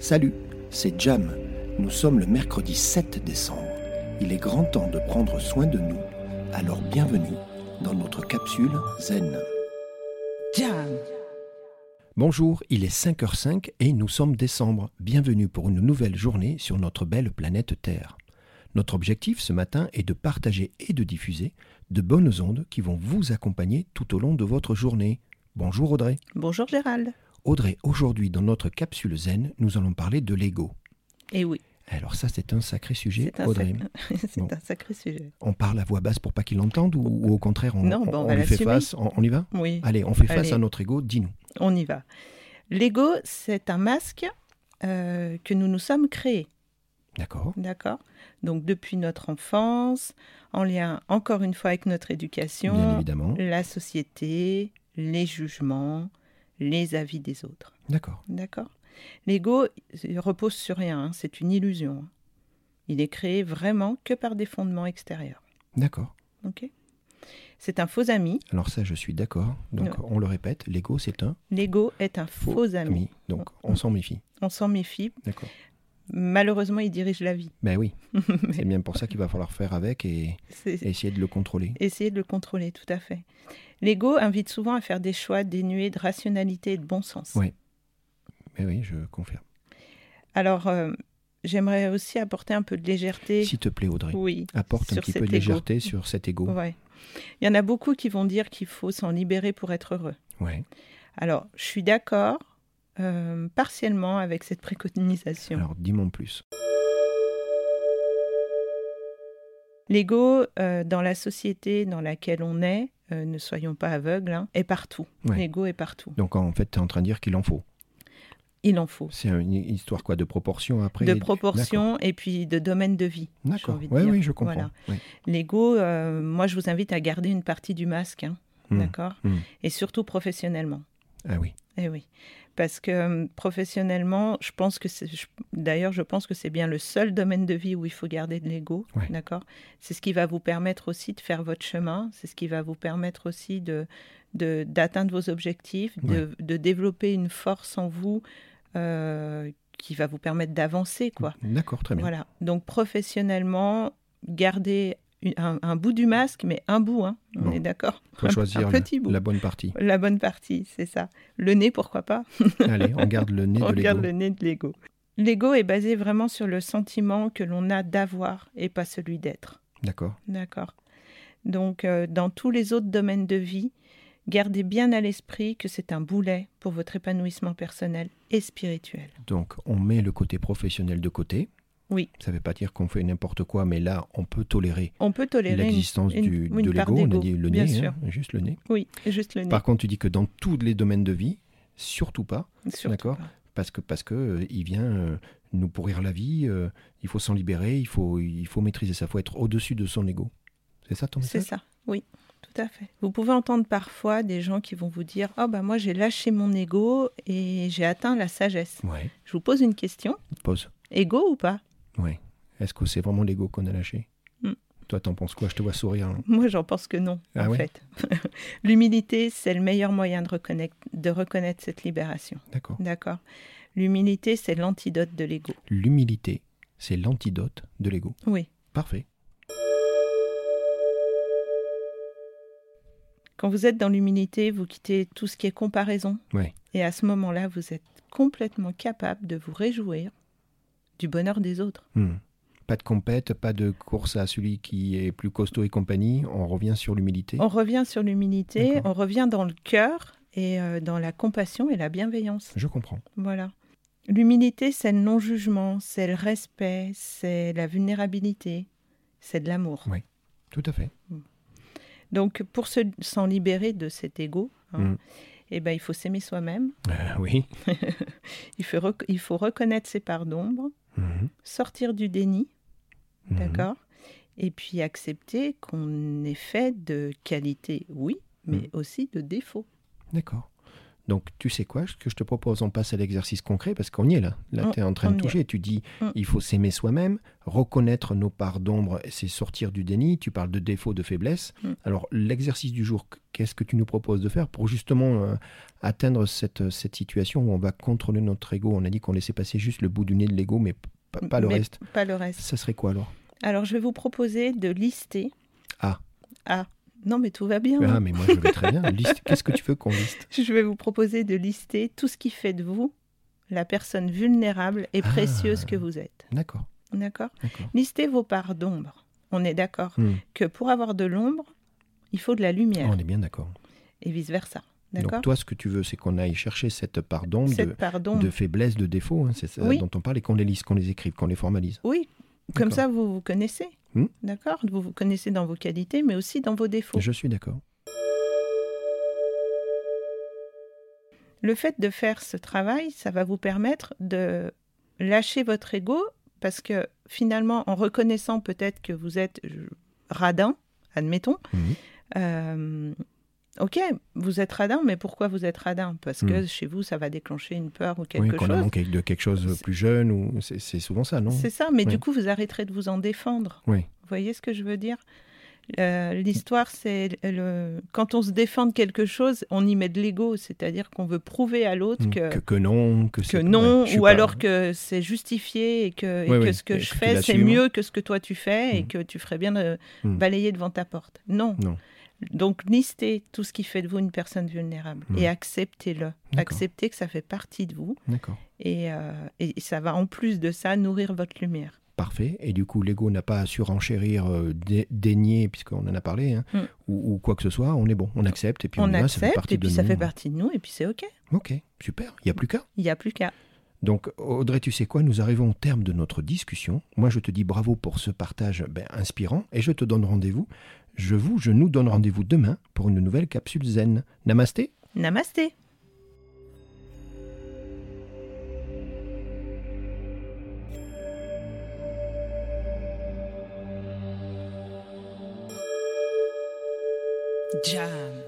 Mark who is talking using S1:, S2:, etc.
S1: Salut, c'est Jam. Nous sommes le mercredi 7 décembre. Il est grand temps de prendre soin de nous. Alors bienvenue dans notre capsule Zen.
S2: Jam.
S1: Bonjour, il est 5h05 et nous sommes décembre. Bienvenue pour une nouvelle journée sur notre belle planète Terre. Notre objectif ce matin est de partager et de diffuser de bonnes ondes qui vont vous accompagner tout au long de votre journée. Bonjour Audrey.
S2: Bonjour Gérald.
S1: Audrey, aujourd'hui dans notre capsule Zen, nous allons parler de l'ego.
S2: Eh oui,
S1: Alors ça c'est un sacré sujet,
S2: c'est un,
S1: Audrey.
S2: sac- c'est
S1: Bon.
S2: un sacré sujet.
S1: On parle à voix basse pour pas qu'il l'entende ou, ou au contraire on,
S2: Non,
S1: on-
S2: bah, on
S1: on
S2: va
S1: lui fait
S2: l'assumer.
S1: face on, on y va
S2: Oui,
S1: Allez, on fait face
S2: Allez.
S1: à notre ego, dis-nous.
S2: on y va. L'ego, c'est un masque euh, que nous nous sommes créés,
S1: D'accord
S2: d'accord Donc depuis notre enfance, en lien encore une fois avec notre
S1: Bien
S2: éducation,
S1: évidemment.
S2: la société, les jugements, les avis des autres,
S1: D'accord.
S2: d'accord L'ego il repose sur rien, hein, c'est une illusion. hein. Il est créé vraiment que par des fondements extérieurs.
S1: D'accord.
S2: Ok. C'est un faux ami.
S1: Alors ça je suis d'accord. Donc on le répète, l'ego c'est un
S2: L'ego est un faux, ami.
S1: ami.
S2: Oh,
S1: Donc on s'en méfie.
S2: On s'en méfie.
S1: D'accord.
S2: Malheureusement, il dirige la vie.
S1: Ben oui,
S2: Mais
S1: c'est bien pour ça qu'il va falloir faire avec et
S2: c'est-
S1: et essayer de le contrôler.
S2: Essayer de le contrôler, tout à fait. L'ego invite souvent à faire des choix dénués de rationalité et de bon sens.
S1: Ouais. Ben oui, je confirme.
S2: Alors, euh, j'aimerais aussi apporter un peu de légèreté.
S1: S'il te plaît Audrey,
S2: Oui.
S1: apporte un
S2: Sur
S1: petit
S2: cet
S1: peu de
S2: ego.
S1: légèreté sur cet ego.
S2: Ouais. Il y en a beaucoup qui vont dire qu'il faut s'en libérer pour être heureux.
S1: Ouais.
S2: Alors, je suis d'accord euh, partiellement avec cette préconisation.
S1: Alors dis-moi en plus.
S2: L'ego, euh, dans la société dans laquelle on est, euh, ne soyons pas aveugles, hein, est partout.
S1: Ouais.
S2: L'ego est partout.
S1: Donc en fait, tu es en train de dire qu'il en faut.
S2: Il en faut.
S1: C'est une histoire quoi de proportion après
S2: De proportion et puis de domaine de vie. j'ai
S1: D'accord.
S2: envie de
S1: Oui,
S2: dire.
S1: oui, je comprends.
S2: Voilà.
S1: Oui.
S2: L'ego, euh, moi, je vous invite à garder une partie du masque, hein,
S1: Hmm.
S2: d'accord
S1: Hmm.
S2: Et surtout professionnellement.
S1: Ah oui.
S2: Eh oui, parce que euh, professionnellement, je pense que c'est, je- d'ailleurs, je pense que c'est bien le seul domaine de vie où il faut garder de l'ego,
S1: Ouais.
S2: d'accord C'est ce qui va vous permettre aussi de faire votre chemin, c'est ce qui va vous permettre aussi de, de- d'atteindre vos objectifs, de, de développer une force en vous euh, qui va vous permettre d'avancer, quoi.
S1: D'accord, très bien.
S2: Voilà. Donc professionnellement, garder un, un bout du masque, mais un bout, hein, on
S1: Bon.
S2: est d'accord
S1: Faut
S2: Un-
S1: choisir
S2: un
S1: le-
S2: petit bout.
S1: la bonne partie.
S2: La bonne partie, c'est ça. Le nez, pourquoi pas
S1: Allez, on garde le nez
S2: on
S1: de l'ego.
S2: regarde le nez de l'ego. L'ego est basé vraiment sur le sentiment que l'on a d'avoir et pas celui d'être.
S1: D'accord.
S2: D'accord. Donc, euh, dans tous les autres domaines de vie, gardez bien à l'esprit que c'est un boulet pour votre épanouissement personnel et spirituel.
S1: Donc on met le côté professionnel de côté.
S2: Oui.
S1: Ça ne veut pas dire qu'on fait n'importe quoi, mais là, on peut tolérer
S2: On peut tolérer une,
S1: l'existence
S2: une-
S1: du-
S2: une
S1: de
S2: part
S1: l'ego. On a
S2: d'ego,
S1: dit le
S2: bien
S1: nez,
S2: sûr.
S1: hein, juste le nez.
S2: oui, juste le nez.
S1: Par contre, tu dis que dans tous les domaines de vie, surtout pas,
S2: surtout
S1: d'accord.
S2: pas.
S1: parce que parce que euh, il vient euh, nous pourrir la vie. euh, il faut s'en libérer. Il faut il faut maîtriser ça. Il faut être au-dessus de son ego. C'est ça ton
S2: C'est
S1: message
S2: ça, oui, tout à fait. Vous pouvez entendre parfois des gens qui vont vous dire Oh, bah moi j'ai lâché mon ego et j'ai atteint la sagesse.
S1: Ouais.
S2: Je vous pose une question
S1: Pause.
S2: Ego ou pas
S1: Ouais. Est-ce que c'est vraiment l'ego qu'on a lâché
S2: Hmm.
S1: Toi, t'en penses quoi Je te vois sourire. hein.
S2: Moi, j'en pense que non,
S1: Ah
S2: en
S1: ouais
S2: fait. L'humilité, c'est le meilleur moyen de reconnaître, de reconnaître cette libération.
S1: D'accord.
S2: D'accord L'humilité, c'est l'antidote de l'ego.
S1: L'humilité, c'est l'antidote de l'ego.
S2: Oui.
S1: Parfait.
S2: Quand vous êtes dans l'humilité, vous quittez tout ce qui est comparaison.
S1: Ouais.
S2: Et à ce moment-là, vous êtes complètement capable de vous réjouir du bonheur des autres.
S1: Hmm. Pas de compète, pas de course à celui qui est plus costaud et compagnie. On revient sur l'humilité.
S2: On revient sur l'humilité,
S1: D'accord.
S2: on revient dans le cœur et euh, dans la compassion et la bienveillance.
S1: Je comprends.
S2: Voilà. L'humilité, c'est le non-jugement, c'est le respect, c'est la vulnérabilité, c'est de l'amour.
S1: Ouais. Tout à fait.
S2: Donc, pour se- s'en libérer de cet ego, hein,
S1: Mm.
S2: eh ben, il faut s'aimer soi-même,
S1: Euh, oui.
S2: il faut, rec- il faut reconnaître ses parts d'ombre,
S1: Mhm.
S2: sortir du déni,
S1: Mhm.
S2: d'accord Et puis accepter
S1: Mm.
S2: qu'on est fait de qualités, oui, mais aussi de défauts.
S1: D'accord. Donc, tu sais quoi, ce que je te propose, on passe à l'exercice concret parce qu'on y est là. Là,
S2: On-
S1: tu es en train
S2: Ah,
S1: de
S2: on y est.
S1: toucher. Tu dis,
S2: Mm.
S1: il faut s'aimer soi-même, reconnaître nos parts d'ombre, c'est sortir du déni. Tu parles de défaut, de faiblesse.
S2: Mm.
S1: Alors, l'exercice du jour, qu'est-ce que tu nous proposes de faire pour justement euh, atteindre cette, euh, cette situation où on va contrôler notre ego On a dit qu'on laissait passer juste le bout du nez de l'ego, mais pas, pas le
S2: Mais
S1: reste.
S2: Pas le reste.
S1: Ça serait quoi alors
S2: Alors, je vais vous proposer de lister.
S1: Ah.
S2: Ah. Non, mais tout va bien.
S1: Ah,
S2: hein.
S1: mais moi, je vais très bien. Liste- Qu'est-ce que tu veux qu'on liste
S2: Je vais vous proposer de lister tout ce qui fait de vous la personne vulnérable et
S1: Ah.
S2: précieuse que vous êtes.
S1: D'accord,
S2: D'accord
S1: d'accord.
S2: Listez vos parts d'ombre. On est d'accord
S1: Hmm.
S2: que pour avoir de l'ombre, il faut de la lumière
S1: On est bien d'accord.
S2: et vice-versa. D'accord
S1: Donc toi, ce que tu veux, c'est qu'on aille chercher cette part d'ombre,
S2: Cette
S1: de,
S2: part d'ombre.
S1: de faiblesse, de défaut, hein, c'est ça
S2: Oui.
S1: dont on parle, et qu'on les lise, qu'on les écrive, qu'on les formalise.
S2: Oui,
S1: D'accord.
S2: comme ça, vous vous connaissez.
S1: Hmm.
S2: D'accord Vous vous connaissez dans vos qualités, mais aussi dans vos défauts.
S1: Je suis d'accord.
S2: Le fait de faire ce travail, ça va vous permettre de lâcher votre ego parce que finalement, en reconnaissant peut-être que vous êtes euh, radin, admettons,
S1: Mhm.
S2: euh, ok, vous êtes radin, mais pourquoi vous êtes radin Parce que chez vous, ça va déclencher une peur ou
S1: Mhm. Oui,
S2: quelque
S1: qu'on a
S2: chose.
S1: manqué de quelque chose de plus jeune, ou c'est c'est souvent ça, non
S2: C'est ça, mais
S1: Ouais.
S2: du coup, vous arrêterez de vous en défendre.
S1: Oui.
S2: Vous voyez ce que je veux dire Euh, L'histoire, c'est le... quand on se défend de quelque chose, on y met de l'ego, c'est-à-dire qu'on veut prouver à l'autre
S1: Mm.
S2: que,
S1: Que, que non, que,
S2: que
S1: c'est- ouais,
S2: non,
S1: je suis
S2: ou
S1: pas-
S2: alors que c'est justifié et que, et
S1: Ouais,
S2: que
S1: ouais,
S2: ce que
S1: et
S2: je
S1: que tu
S2: fais, c'est
S1: l'assumes.
S2: mieux que ce que toi tu fais et
S1: Mhm.
S2: que tu ferais bien de
S1: Mhm.
S2: balayer devant ta porte. Non.
S1: Non.
S2: Donc, listez tout ce qui fait de vous une personne vulnérable
S1: Mhm.
S2: et acceptez-le.
S1: D'accord.
S2: Acceptez que ça fait partie de vous
S1: D'accord.
S2: et, euh, et ça va en plus de ça nourrir votre lumière.
S1: Parfait. Et du coup, l'ego n'a pas à surenchérir, euh, dé- dénier, puisqu'on en a parlé, hein,
S2: Mm.
S1: ou, ou quoi que ce soit. On est bon, on accepte, et puis on,
S2: on
S1: y va, ça fait
S2: accepte
S1: partie
S2: et puis
S1: de
S2: ça
S1: nous.
S2: fait partie de nous et puis c'est OK.
S1: Ok, super. Il n'y a plus qu'à.
S2: Il n'y a plus qu'à.
S1: Donc Audrey, tu sais quoi, nous arrivons au terme de notre discussion. Moi, je te dis bravo pour ce partage ben, inspirant et je te donne rendez-vous. Je vous, je nous donne rendez-vous demain pour une nouvelle capsule zen. Namasté
S2: Namasté Jam.